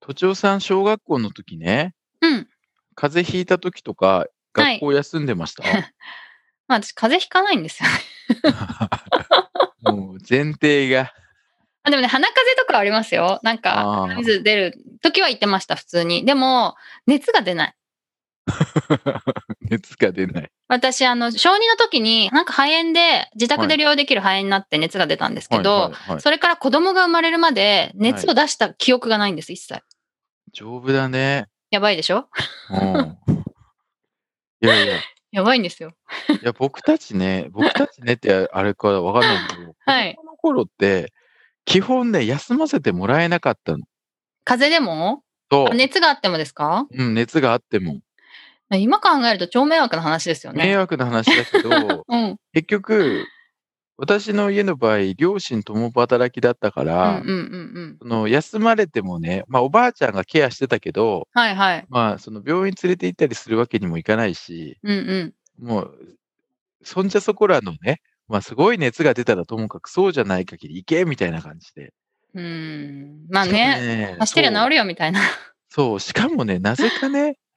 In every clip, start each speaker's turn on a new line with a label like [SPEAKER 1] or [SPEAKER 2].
[SPEAKER 1] とちおさん、小学校の時ね、
[SPEAKER 2] うん
[SPEAKER 1] 風邪ひいた時とか、
[SPEAKER 2] はい
[SPEAKER 1] 学校休んでました。
[SPEAKER 2] まあ私風邪ひかないんですよね
[SPEAKER 1] もう前提が。
[SPEAKER 2] あでもね鼻風邪とかはありますよなん
[SPEAKER 1] あー
[SPEAKER 2] か鼻水出る時は行ってました普通にでも熱が出ない
[SPEAKER 1] 熱が出ない。
[SPEAKER 2] 私、あの、小児の時に、なんか肺炎で、自宅で利用できる肺炎になって熱が出たんですけど、
[SPEAKER 1] はいはいはい、
[SPEAKER 2] それから子供が生まれるまで、熱を出した記憶がないんです、一切。
[SPEAKER 1] 丈夫だね。
[SPEAKER 2] やばいでしょ
[SPEAKER 1] うん。いやいや、い
[SPEAKER 2] やばいんですよ。
[SPEAKER 1] や僕たちね、僕たちねってあれかわかんないけど、
[SPEAKER 2] はい
[SPEAKER 1] 子供の頃って、基本ね、休ませてもらえなかったの。
[SPEAKER 2] 風邪でも
[SPEAKER 1] と、
[SPEAKER 2] 熱があってもですか
[SPEAKER 1] うん、熱があっても。
[SPEAKER 2] 今考えると超迷惑な話ですよ
[SPEAKER 1] 迷
[SPEAKER 2] ね。
[SPEAKER 1] 惑な話だけど、
[SPEAKER 2] うん。
[SPEAKER 1] 結局、私の家の場合、両親共働きだったか
[SPEAKER 2] うんうん
[SPEAKER 1] ら、
[SPEAKER 2] うんうん。
[SPEAKER 1] その休まれてもね、まあ、おばあちゃんがケアしてたけど、
[SPEAKER 2] はいはい。
[SPEAKER 1] まあ、その病院連れて行ったりするわけにもいかないし、
[SPEAKER 2] うんうん。
[SPEAKER 1] もう、そんじゃそこらのね、まあ、すごい熱が出たらともかく、そうじゃない限り行けみたいな感じで。
[SPEAKER 2] うーん。まあ
[SPEAKER 1] しかも
[SPEAKER 2] ね、
[SPEAKER 1] ね
[SPEAKER 2] 走ってりゃ治
[SPEAKER 1] る
[SPEAKER 2] るよみたいな。
[SPEAKER 1] そうそう、しかもね、なぜかね、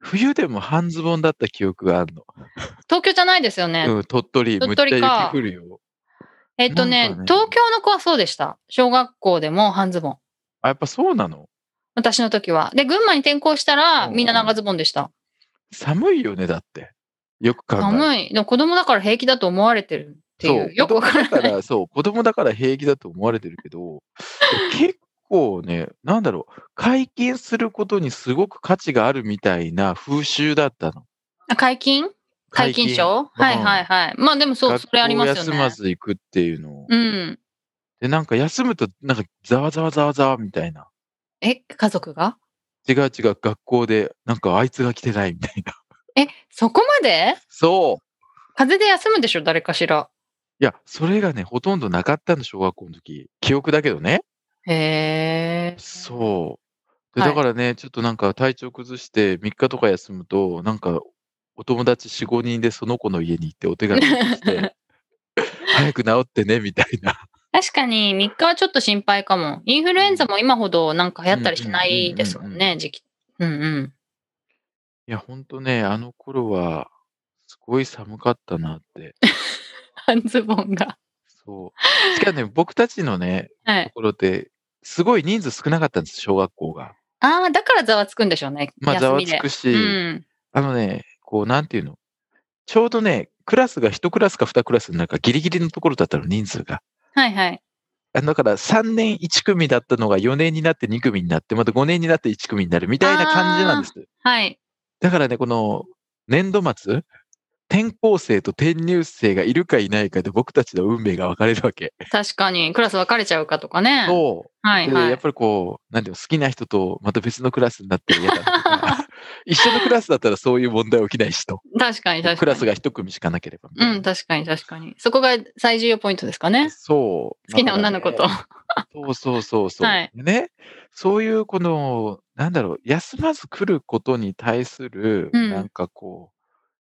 [SPEAKER 1] 冬でも半ズボンだった記憶があるの。
[SPEAKER 2] 東京じゃないですよね。
[SPEAKER 1] うん、鳥取、む
[SPEAKER 2] 鳥
[SPEAKER 1] っちゃ
[SPEAKER 2] 取か
[SPEAKER 1] 雪降るよ。
[SPEAKER 2] えっと
[SPEAKER 1] な
[SPEAKER 2] ね
[SPEAKER 1] んかね
[SPEAKER 2] 東京の子はそうでした。小学校でも半ズボン。
[SPEAKER 1] あ、やっぱそうなの
[SPEAKER 2] 私の時は。で、群馬に転校したら、
[SPEAKER 1] うん
[SPEAKER 2] みんな長ズボンでした。
[SPEAKER 1] 寒いよね、だって。よく考える
[SPEAKER 2] 寒い。でも子供だから平気だと思われてるってい
[SPEAKER 1] そう
[SPEAKER 2] う。よくわから
[SPEAKER 1] だか
[SPEAKER 2] ない。
[SPEAKER 1] ら、そう、子供だから平気だと思われてるけ ど、結構ね、なんだろう、解禁することにすごく価値があるみたいな風習だったの。
[SPEAKER 2] あ解禁解禁症はいはいはい。まあでもそう、
[SPEAKER 1] 学
[SPEAKER 2] そ
[SPEAKER 1] 校
[SPEAKER 2] れありますよ
[SPEAKER 1] 休ま
[SPEAKER 2] ね。
[SPEAKER 1] ず行くっていうのを。
[SPEAKER 2] うん。
[SPEAKER 1] で、なんか休むと、なんかざわざわざわざわみたいな。
[SPEAKER 2] え、家族が
[SPEAKER 1] 違う違う、学校で、なんかあいつが来てないみたいな。
[SPEAKER 2] え、そこまで
[SPEAKER 1] そう。
[SPEAKER 2] 風邪で休むでしょ誰かしら。
[SPEAKER 1] いや、それがね、ほとんどなかったの、小学校の時。記憶だけどね。
[SPEAKER 2] へえ。
[SPEAKER 1] そう。で、
[SPEAKER 2] はい
[SPEAKER 1] だからね、ちょっとなんか体調崩して3日とか休むと、なんかお友達4、5人でその子の家に行ってお手紙を して、早く治ってね、みたいな。
[SPEAKER 2] 確かに3日はちょっと心配かも。インフルエンザも今ほどなんか流行ったりしないですもん
[SPEAKER 1] うんうんうん
[SPEAKER 2] ね、時期。うんうん。
[SPEAKER 1] いや、ほんとね、あの頃は、すごい寒かったなって。
[SPEAKER 2] 半ズボンが。
[SPEAKER 1] そう。しかもね、僕たちのね、
[SPEAKER 2] はい
[SPEAKER 1] と。ころって、すごい人数少なかったんです、小学校が。
[SPEAKER 2] ああ、だからざわつくんでしょうね。
[SPEAKER 1] まあ、ざ
[SPEAKER 2] 休
[SPEAKER 1] わ
[SPEAKER 2] み
[SPEAKER 1] つ
[SPEAKER 2] で。
[SPEAKER 1] く
[SPEAKER 2] う
[SPEAKER 1] し、
[SPEAKER 2] ん。
[SPEAKER 1] あのね、こう、なんていうの。ちょうどね、クラスが1クラスか2クラスの中、ギリギリのところだったの、人数が。
[SPEAKER 2] はいはい。
[SPEAKER 1] あだから3年1組だったのが4年になって2組になって、また5年になって1組になるみたいな感じなんです。
[SPEAKER 2] はい。
[SPEAKER 1] だからね、この年度末、転校生と転入生がいるかいないかで僕たちの運命が分かれるわけ。
[SPEAKER 2] 確かに、クラス分かれちゃうかとかね。
[SPEAKER 1] そう。
[SPEAKER 2] はい
[SPEAKER 1] で、
[SPEAKER 2] は
[SPEAKER 1] やっ
[SPEAKER 2] い。
[SPEAKER 1] ぱりこう、なんていうの、好きな人とまた別のクラスになって嫌だなと か一緒のクラスだったらそういう問題起きないしと。
[SPEAKER 2] 確かに確かに。
[SPEAKER 1] クラスが1組しかなければみた
[SPEAKER 2] う
[SPEAKER 1] いな。
[SPEAKER 2] ん、確かに確かに。そこが最重要ポイントですかね。
[SPEAKER 1] そう。
[SPEAKER 2] 好きな女の子と。
[SPEAKER 1] そうそうそうそう。
[SPEAKER 2] はい
[SPEAKER 1] ね。そういうこの、なんだろう、休まず来ることに対する、
[SPEAKER 2] うん
[SPEAKER 1] なんかこう、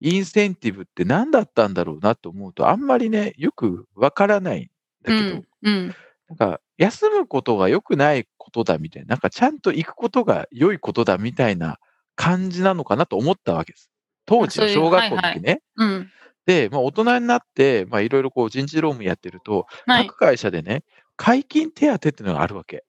[SPEAKER 1] インセンティブって何だったんだろうなと思うと、あんまりね、よくわからないんだ
[SPEAKER 2] う
[SPEAKER 1] けど、
[SPEAKER 2] ん。うん。
[SPEAKER 1] なんか、休むことが良くないことだみたいな、なんかちゃんと行くことが良いことだみたいな感じなのかなと思ったわけです。当時
[SPEAKER 2] そう
[SPEAKER 1] の
[SPEAKER 2] いう
[SPEAKER 1] 小学校の
[SPEAKER 2] はいは
[SPEAKER 1] 時
[SPEAKER 2] い
[SPEAKER 1] ね。
[SPEAKER 2] うん。
[SPEAKER 1] で、まあ、大人になって、まあ、いろいろこう人事労務やってると、
[SPEAKER 2] はい
[SPEAKER 1] 各。会社でね、解禁手当っていうのがあるわけ。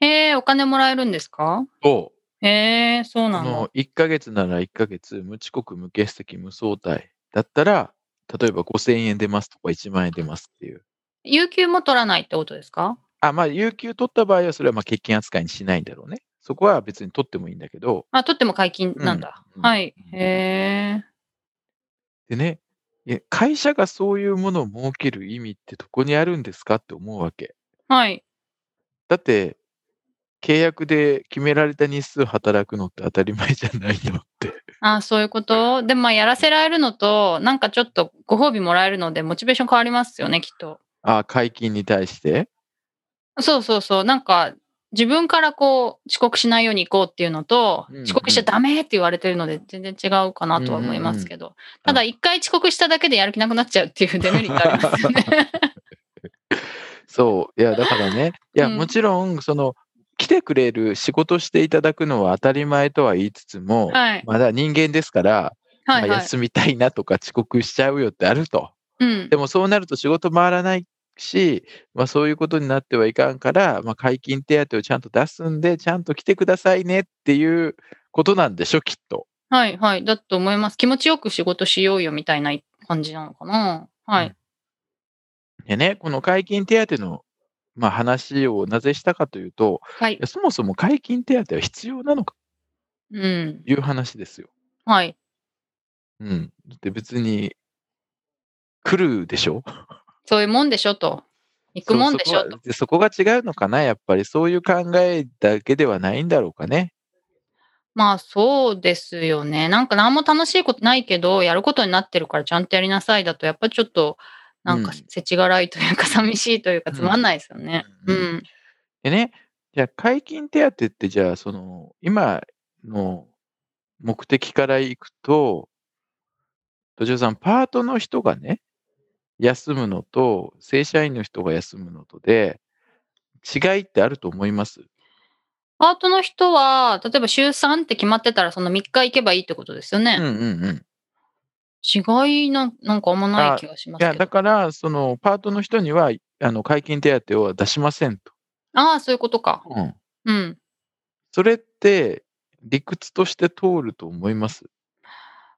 [SPEAKER 2] へえ、お金もらえるんですか
[SPEAKER 1] と、
[SPEAKER 2] へえ、そうな
[SPEAKER 1] あの
[SPEAKER 2] の。
[SPEAKER 1] 1ヶ月なら1ヶ月、無遅刻、無欠席、無相対だったら、例えば5000円出ますとか1万円出ますっていう。
[SPEAKER 2] 有給も取らないってことですか
[SPEAKER 1] あ、まあ、有給取った場合は、それはまあ欠勤扱いにしないんだろうね。そこは別に取ってもいいんだけど、
[SPEAKER 2] あ、取っても解禁なんだ。
[SPEAKER 1] うん
[SPEAKER 2] はい。
[SPEAKER 1] うん
[SPEAKER 2] へえ。
[SPEAKER 1] でね、いや会社がそういうものを設ける意味ってどこにあるんですかって思うわけ。
[SPEAKER 2] はい。
[SPEAKER 1] だって、契約で決められた日数働くのって当たり前じゃないのって。
[SPEAKER 2] あそういうことでもまあやらせられるのとなんかちょっとご褒美もらえるのでモチベーション変わりますよねきっと
[SPEAKER 1] あ、解禁に対して
[SPEAKER 2] そうそうそうなんか自分からこう遅刻しないように行こうっていうのと、
[SPEAKER 1] うんうん
[SPEAKER 2] 遅刻しちゃダメって言われてるので全然違うかなとは思いますけど、ただ一回遅刻しただけでやる気なくなっちゃうっていうデメリットあり ますよね
[SPEAKER 1] そう。いや、だからね。いや、
[SPEAKER 2] うん
[SPEAKER 1] もちろん、その、来てくれる、仕事していただくのは当たり前とは言いつつも、
[SPEAKER 2] はい
[SPEAKER 1] まだ人間ですから、ま
[SPEAKER 2] は
[SPEAKER 1] あ
[SPEAKER 2] いはい
[SPEAKER 1] 休みたいなとか遅刻しちゃうよってあると。
[SPEAKER 2] うん
[SPEAKER 1] でもそうなると仕事回らないし、まあ、そういうことになってはいかんから、まあ、解禁手当をちゃんと出すんで、ちゃんと来てくださいねっていうことなんでしょ、きっと。
[SPEAKER 2] はいはいだと思います気持ちよく仕事しようよみたいな感じなのかなはい、
[SPEAKER 1] でね、この解禁手当の、まあ、話をなぜしたかというと、
[SPEAKER 2] はい
[SPEAKER 1] いやそもそも解禁手当は必要なのか
[SPEAKER 2] うん
[SPEAKER 1] という話ですよ。
[SPEAKER 2] はい
[SPEAKER 1] うん。だって別に、来るでしょ
[SPEAKER 2] そういうもんでしょと行くもんでしょ
[SPEAKER 1] そう
[SPEAKER 2] と
[SPEAKER 1] そこはそこが違うのかなやっぱりそういう考えだけではないんだろうかね。
[SPEAKER 2] まあそうですよね。なんか何も楽しいことないけど、やることになってるからちゃんとやりなさいだと、やっぱちょっと、なんか
[SPEAKER 1] うん
[SPEAKER 2] 世知辛いというか、寂しいというか、
[SPEAKER 1] うん
[SPEAKER 2] つまんないですよね。う。
[SPEAKER 1] うんんでね、じゃあ解禁手当ってじゃあその今の目的からいくと、土壌さん、パートの人がね、休むのと正社員の人が休むのとで違いってあると思います
[SPEAKER 2] パートの人は、例えば週3って決まってたら、その3日行けばいいってことですよ
[SPEAKER 1] うん
[SPEAKER 2] ね。
[SPEAKER 1] うんうん。
[SPEAKER 2] 違いなん、なんかあんまない気がしま
[SPEAKER 1] い
[SPEAKER 2] す
[SPEAKER 1] や、
[SPEAKER 2] け
[SPEAKER 1] だ
[SPEAKER 2] ど。
[SPEAKER 1] から、そのパートの人にはあの解禁手当は出しませんと。
[SPEAKER 2] ああ、そういうことか。
[SPEAKER 1] うん、
[SPEAKER 2] うん。
[SPEAKER 1] それって理屈として通ると思います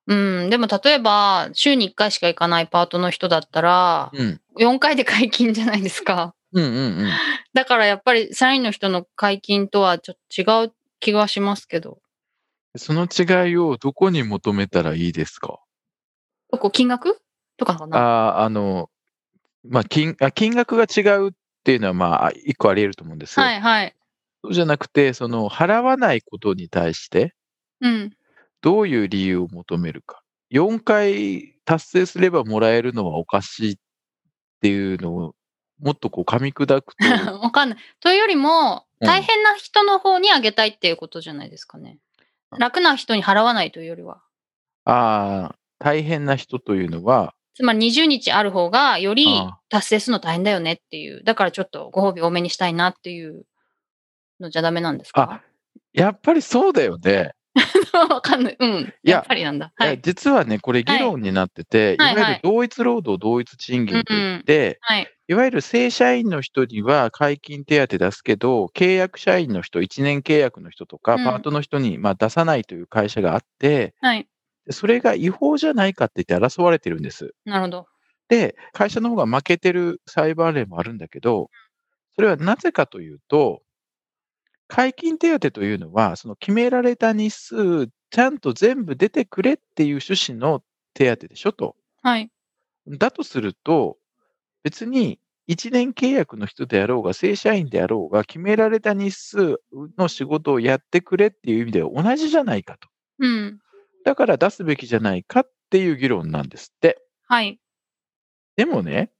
[SPEAKER 2] うん。でも例えば、週に1回しか行かないパートの人だったら、
[SPEAKER 1] うん。
[SPEAKER 2] 4回で解禁じゃないですか。
[SPEAKER 1] うんうんうん。
[SPEAKER 2] だからやっぱり社員の人の解禁とはちょっと違う気がしますけど。
[SPEAKER 1] その違いをどこに求めたらいいですか
[SPEAKER 2] こう金額とかかな
[SPEAKER 1] あーあの、まあ金あ、金額が違うっていうのは、まあ、あ一個あり得ると思うんですよ。
[SPEAKER 2] はいはい。
[SPEAKER 1] そうじゃなくて、その、払わないことに対して、
[SPEAKER 2] うん。
[SPEAKER 1] どういう理由を求めるか。4回達成すればもらえるのはおかしいっていうのを、もっとこう噛み砕 くと、
[SPEAKER 2] わかんない。というよりも、
[SPEAKER 1] うん
[SPEAKER 2] 大変な人の方にあげたいっていうことじゃないですかね。楽な人に払わないというよりは。
[SPEAKER 1] ああ、大変な人というのは、
[SPEAKER 2] つまり20日ある方がより
[SPEAKER 1] あ
[SPEAKER 2] 達成するの大変だよねっていう。だからちょっとご褒美多めにしたいなっていうのじゃダメなんです
[SPEAKER 1] あ
[SPEAKER 2] か
[SPEAKER 1] やっぱりそうだよね。
[SPEAKER 2] わかんない。うん。
[SPEAKER 1] いや
[SPEAKER 2] やっぱりなんだ。
[SPEAKER 1] い
[SPEAKER 2] は
[SPEAKER 1] や
[SPEAKER 2] い。
[SPEAKER 1] 実はね、これ
[SPEAKER 2] はい
[SPEAKER 1] 議論になってて、
[SPEAKER 2] は
[SPEAKER 1] い
[SPEAKER 2] いはい
[SPEAKER 1] わゆる同一労働同一賃金といって、
[SPEAKER 2] はい。
[SPEAKER 1] いわゆる正社員の人には解禁手当出すけど、契約社員の人、1年契約の人とか、
[SPEAKER 2] うん
[SPEAKER 1] パートの人にまあ出さないという会社があって、
[SPEAKER 2] はい。
[SPEAKER 1] それが違法じゃないかって言って争われてるんです。
[SPEAKER 2] なるほど。
[SPEAKER 1] で、会社の方が負けてる裁判例もあるんだけど、それはなぜかというと、解禁手当というのは、その決められた日数、ちゃんと全部出てくれっていう趣旨の手当でしょと。
[SPEAKER 2] はい。
[SPEAKER 1] だとすると、別に1年契約の人であろうが、正社員であろうが、決められた日数の仕事をやってくれっていう意味では同じじゃないかと。
[SPEAKER 2] うん。
[SPEAKER 1] だから出すべきじゃないかっていう議論なんですって。
[SPEAKER 2] はい。
[SPEAKER 1] でもね、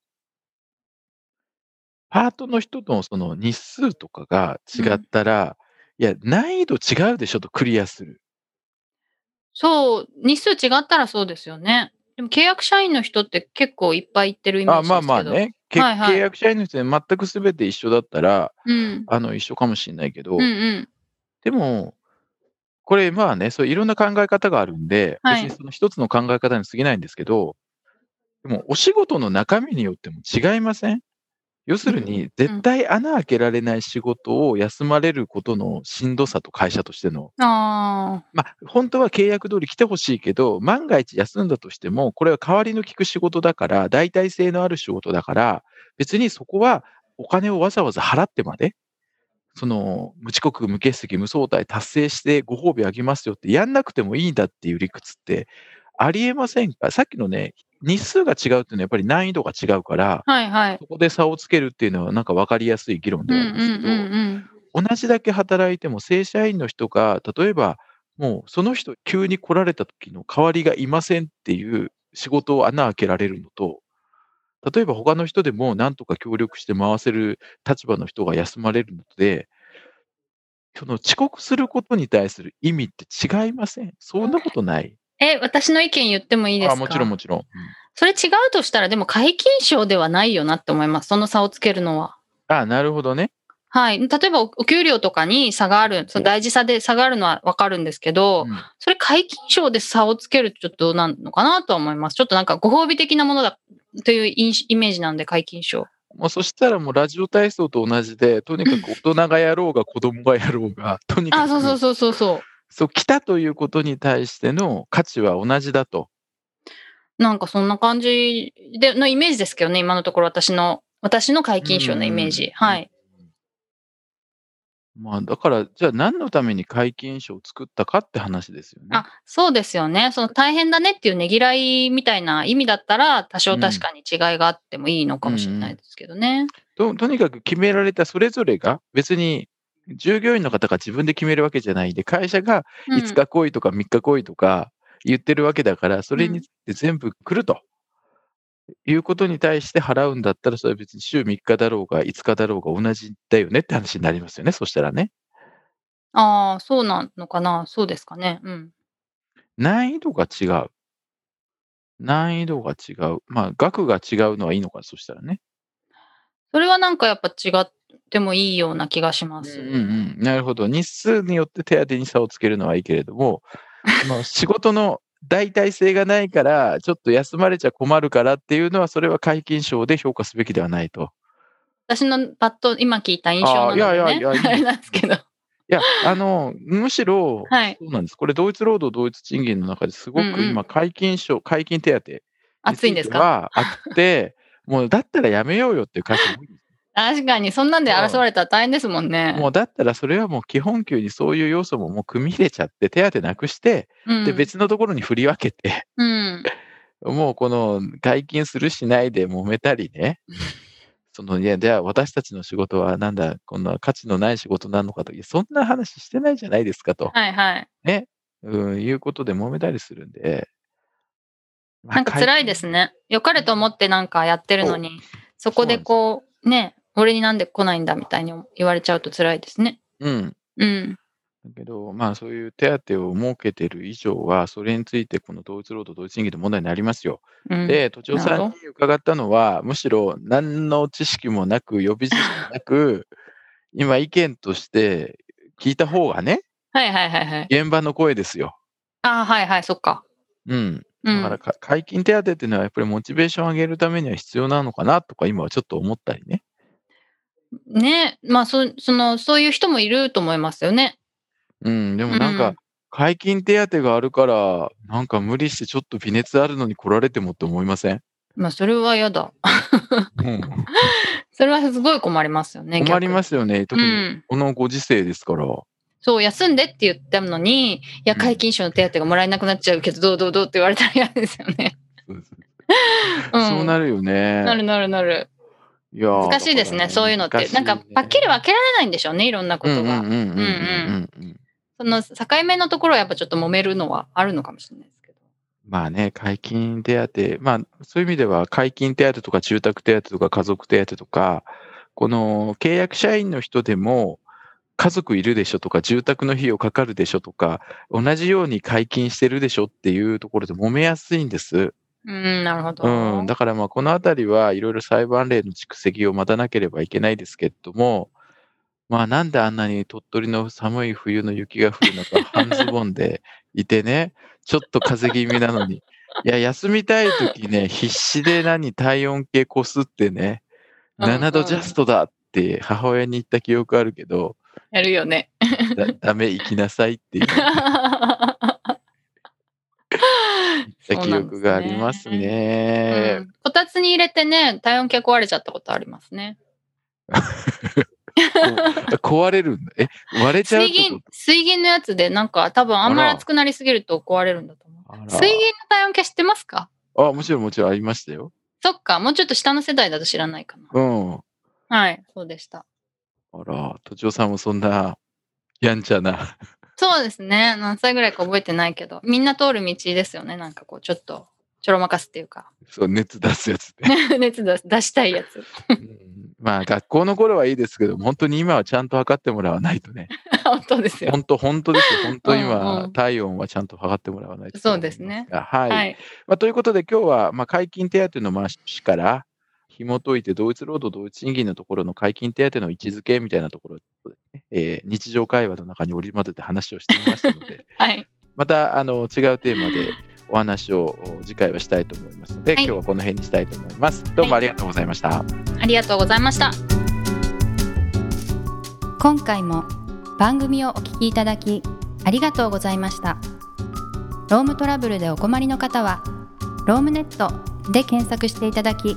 [SPEAKER 1] パートの人とその日数とかが違ったら、いや、難易度違うでしょとクリアする。
[SPEAKER 2] そう、日数違ったらそうですよね。でも契約社員の人って結構いっぱい行ってるイメー
[SPEAKER 1] あ
[SPEAKER 2] ジですけど。
[SPEAKER 1] まあまあ。ね、け
[SPEAKER 2] はいはい
[SPEAKER 1] 契約社員の人で全く全て一緒だったら、
[SPEAKER 2] うん。
[SPEAKER 1] あの一緒かもしれないけど、
[SPEAKER 2] うんうん。
[SPEAKER 1] でも、これ、まあね、そういろんな考え方があるんで、
[SPEAKER 2] はい
[SPEAKER 1] 別にその一つの考え方に過ぎないんですけど、でも、お仕事の中身によっても違いません要するに、絶対穴開けられない仕事を休まれることのしんどさと会社としての、
[SPEAKER 2] あ
[SPEAKER 1] まあ、本当は契約通り来てほしいけど、万が一休んだとしても、これは代わりの効く仕事だから、代替性のある仕事だから、別にそこはお金をわざわざ払ってまで、その、無遅刻、無欠席、無相対達成してご褒美あげますよって、やんなくてもいいんだっていう理屈って、ありえませんかさっきのね、日数が違うっていうのはやっぱり難易度が違うから、
[SPEAKER 2] あ。はいはい。
[SPEAKER 1] そこで差をつけるっていうのはなんか分かりやすい議論
[SPEAKER 2] う
[SPEAKER 1] で
[SPEAKER 2] ん
[SPEAKER 1] は
[SPEAKER 2] う
[SPEAKER 1] ある
[SPEAKER 2] ん
[SPEAKER 1] んですけど、
[SPEAKER 2] うん
[SPEAKER 1] 同じだけ働いても正社員の人が、例えばもうその人急に来られた時の代わりがいませんっていう仕事を穴開けられるのと、例えば他の人でも何とか協力して回せる立場の人が休まれるので、その遅刻することに対する意味って違いませんそんなことない。
[SPEAKER 2] え、私の意見言ってもいいですか
[SPEAKER 1] あもちろんもちろん。うん
[SPEAKER 2] それ違うとしたら、でも皆勤賞ではないよなって思います。その差をつけるのは。
[SPEAKER 1] あなるほどね。
[SPEAKER 2] はい。例えば、おお給料とかに差がある、その大事さで差があるのはわかるんですけど、
[SPEAKER 1] うん
[SPEAKER 2] それ皆勤賞で差をつけるとちょっとどうなのかなとは思います。ちょっとなんかご褒美的なものだという印イメージなんで皆勤賞。
[SPEAKER 1] もうそしたらもうラジオ体操と同じで、とにかく大人がやろうが子供がやろうが、とにかく
[SPEAKER 2] あ、そうそうそうそうそ
[SPEAKER 1] そう来たということに対しての価値は同じだと。
[SPEAKER 2] う。なんかそんな感じでのイメージですけどね、今のところ私の、私の皆勤賞のイメージ。
[SPEAKER 1] うん
[SPEAKER 2] はい。
[SPEAKER 1] まあだから、じゃあ何のために皆勤賞を作ったかって話ですよね。
[SPEAKER 2] あ、そうですよね。その大変だねっていうねぎらいみたいな意味だったら、多少確かに違いがあってもいいのかもしれないですけどね。
[SPEAKER 1] ととにかく決められたそれぞれが別に従業員の方が自分で決めるわけじゃないんで会社が
[SPEAKER 2] うん
[SPEAKER 1] 5日来いとか3日来いとか言ってるわけだからそれについて全部来ると。いうことに対して払うんだったら、それは別に週3日だろうが5日だろうが同じだよねって話になりますよね。そしたらね。
[SPEAKER 2] ああ、そうなのかな。そうですかね。うん。
[SPEAKER 1] 難易度が違う。難易度が違う。まあ、額が違うのはいいのか、そしたらね。
[SPEAKER 2] それはなんかやっぱ違ってもいいような気がします。
[SPEAKER 1] うんうんうん、なるほど。日数によって手当に差をつけるのはいいけれども、その仕事の代替性がないから、ちょっと休まれちゃ困るからっていうのは、それは皆勤賞で評価すべきではないと。
[SPEAKER 2] 私のパッと今聞いた印象なので、ね、
[SPEAKER 1] あーいやいやいやいい
[SPEAKER 2] あれなんですけど。
[SPEAKER 1] い や、あの、むしろ、
[SPEAKER 2] はい
[SPEAKER 1] そうなんです。これ、同一労働同一賃金の中ですごく
[SPEAKER 2] うんうん
[SPEAKER 1] 今、皆勤賞、皆勤手当
[SPEAKER 2] 暑いんですか
[SPEAKER 1] はあって、もうだったらやめようよっていう会社も多いんです
[SPEAKER 2] 確かに、そんなんで争われたら大変ですもんね。
[SPEAKER 1] もうだったらそれはもう基本給にそういう要素ももう組み入れちゃって手当なくして、
[SPEAKER 2] うん、
[SPEAKER 1] で別のところに振り分けて、
[SPEAKER 2] うん。
[SPEAKER 1] もうこの解禁するしないで揉めたりね、そのいやじゃあ私たちの仕事はなんだ、こんな価値のない仕事なのかと、いやそんな話してないじゃないですかと、
[SPEAKER 2] はいはい。
[SPEAKER 1] うん、いうことで揉めたりするんで。まあ
[SPEAKER 2] なんか辛いです。ね。良かれと思ってなんかやってるのに、そこでこう、ね、俺になんで来ないんだみたいに言われちゃうと辛いですね。
[SPEAKER 1] 解禁うん。
[SPEAKER 2] うん。
[SPEAKER 1] だけど、まあそういう手当を設けてる以上は、それについてこの同一労働同一賃金の問題になりますよ。
[SPEAKER 2] うん、
[SPEAKER 1] で、都庁
[SPEAKER 2] なる
[SPEAKER 1] さん
[SPEAKER 2] ほ
[SPEAKER 1] に伺ったのは、むしろ何の知識もなく、予備知識もなく、 今意見として聞いた方がね、
[SPEAKER 2] はいはいはいはい。
[SPEAKER 1] 現場の声ですよ。
[SPEAKER 2] ああ、はいはい、そっか。
[SPEAKER 1] うん。
[SPEAKER 2] う
[SPEAKER 1] だ
[SPEAKER 2] ん。
[SPEAKER 1] からか、解禁手当っていうのは、やっぱりモチベーションを上げるためには必要なのかなとか、今はちょっと思ったりね。
[SPEAKER 2] ね、まあそそのそういう人もいると思いますよね。
[SPEAKER 1] うん。でもなん
[SPEAKER 2] う
[SPEAKER 1] か
[SPEAKER 2] ん、
[SPEAKER 1] 解禁手当があるから、なんか無理してちょっと微熱あるのに来られてもって思いません
[SPEAKER 2] まあそれは嫌だ。
[SPEAKER 1] うん。
[SPEAKER 2] それはすごい困りますよね。。
[SPEAKER 1] 困りますすよね。特
[SPEAKER 2] う
[SPEAKER 1] に、
[SPEAKER 2] ん。
[SPEAKER 1] このご時世ですから。
[SPEAKER 2] そう休んでって言ったのに、いや
[SPEAKER 1] うん
[SPEAKER 2] 皆勤賞の手当がもらえなくなっちゃうけどどうどうどうって言われたら嫌ですよね。うん
[SPEAKER 1] そうなるよね。
[SPEAKER 2] なるなるなる。
[SPEAKER 1] いやー
[SPEAKER 2] 難しいです
[SPEAKER 1] だ
[SPEAKER 2] ね
[SPEAKER 1] から
[SPEAKER 2] そういうのって、
[SPEAKER 1] 難しい
[SPEAKER 2] なんかパッキリ
[SPEAKER 1] ね
[SPEAKER 2] 分けられないんでしょうねいろんなことが。
[SPEAKER 1] うんうんうんうんうんうんうん
[SPEAKER 2] その境目のところはやっぱちょっと揉めるのはあるのかもしれないですけど。
[SPEAKER 1] まあね、解禁手当、まあそういう意味では解禁手当とか住宅手当とか家族手当とか、この契約社員の人でも家族いるでしょとか住宅の費用かかるでしょとか、同じように解禁してるでしょっていうところで揉めやすいんです。
[SPEAKER 2] うんなるほど。
[SPEAKER 1] うん、だからまあこのあたりはいろいろ裁判例の蓄積を待たなければいけないですけれども、まあなんであんなに鳥取の寒い冬の雪が降る中、半ズボンでいてね、ちょっと風邪気味なのに。いや、休みたい時ね、必死で何、体温計こすってね、
[SPEAKER 2] うん
[SPEAKER 1] 7度ジャストだって母親に言った記憶あるけど、
[SPEAKER 2] やる よね。
[SPEAKER 1] だダメ行きなさいって言った記憶があります
[SPEAKER 2] そうなんです
[SPEAKER 1] ね。
[SPEAKER 2] うんこたつに入れてね、体温計壊れちゃったことありますね。
[SPEAKER 1] こ壊れるんだ。え、割れちゃうっ
[SPEAKER 2] 水
[SPEAKER 1] てこ
[SPEAKER 2] 銀、水銀のやつで、なんか多分あんまり熱くなりすぎると壊れるんだと思う。
[SPEAKER 1] とあら
[SPEAKER 2] 水銀の体温計知ってますか
[SPEAKER 1] あ、もちろんもちろんありましたよ。
[SPEAKER 2] そっか、もうちょっと下の世代だと知らないかな。
[SPEAKER 1] うん。
[SPEAKER 2] はい、そうでした。
[SPEAKER 1] あら、とちおさんもそんな、やんちゃな。
[SPEAKER 2] そうですね。何歳ぐらいか覚えてないけど、みんな通る道ですよね。なんかこう、ちょっと、ちょろまかすっていうか、
[SPEAKER 1] そう、熱出すやつね。
[SPEAKER 2] 熱出す出したいやつ。
[SPEAKER 1] うん まあ、学校の頃はいいですけど、本当に今はちゃんと測ってもらわないとね。
[SPEAKER 2] 本当ですよ。
[SPEAKER 1] 本当、本当ですよ。本当
[SPEAKER 2] うんう
[SPEAKER 1] 今
[SPEAKER 2] ん、
[SPEAKER 1] 体温はちゃんと測ってもらわないと。
[SPEAKER 2] そうですね。
[SPEAKER 1] はい。
[SPEAKER 2] はい。
[SPEAKER 1] まあ、ということで、今日は、まあ、解禁手当の回しから、紐解いて同一労働同一賃金のところの解禁手当の位置づけみたいなところを、えー日常会話の中に織り交ぜて話をしてみましたので、
[SPEAKER 2] はい。
[SPEAKER 1] またあの違うテーマでお話をお次回はしたいと思いますので、
[SPEAKER 2] はい
[SPEAKER 1] 今日はこの辺にしたいと思います。どうもありがとうございました。
[SPEAKER 2] ありがとうございました。
[SPEAKER 3] 今回も番組をお聞きいただきありがとうございましたロームトラブルでお困りの方はロームネットで検索していただき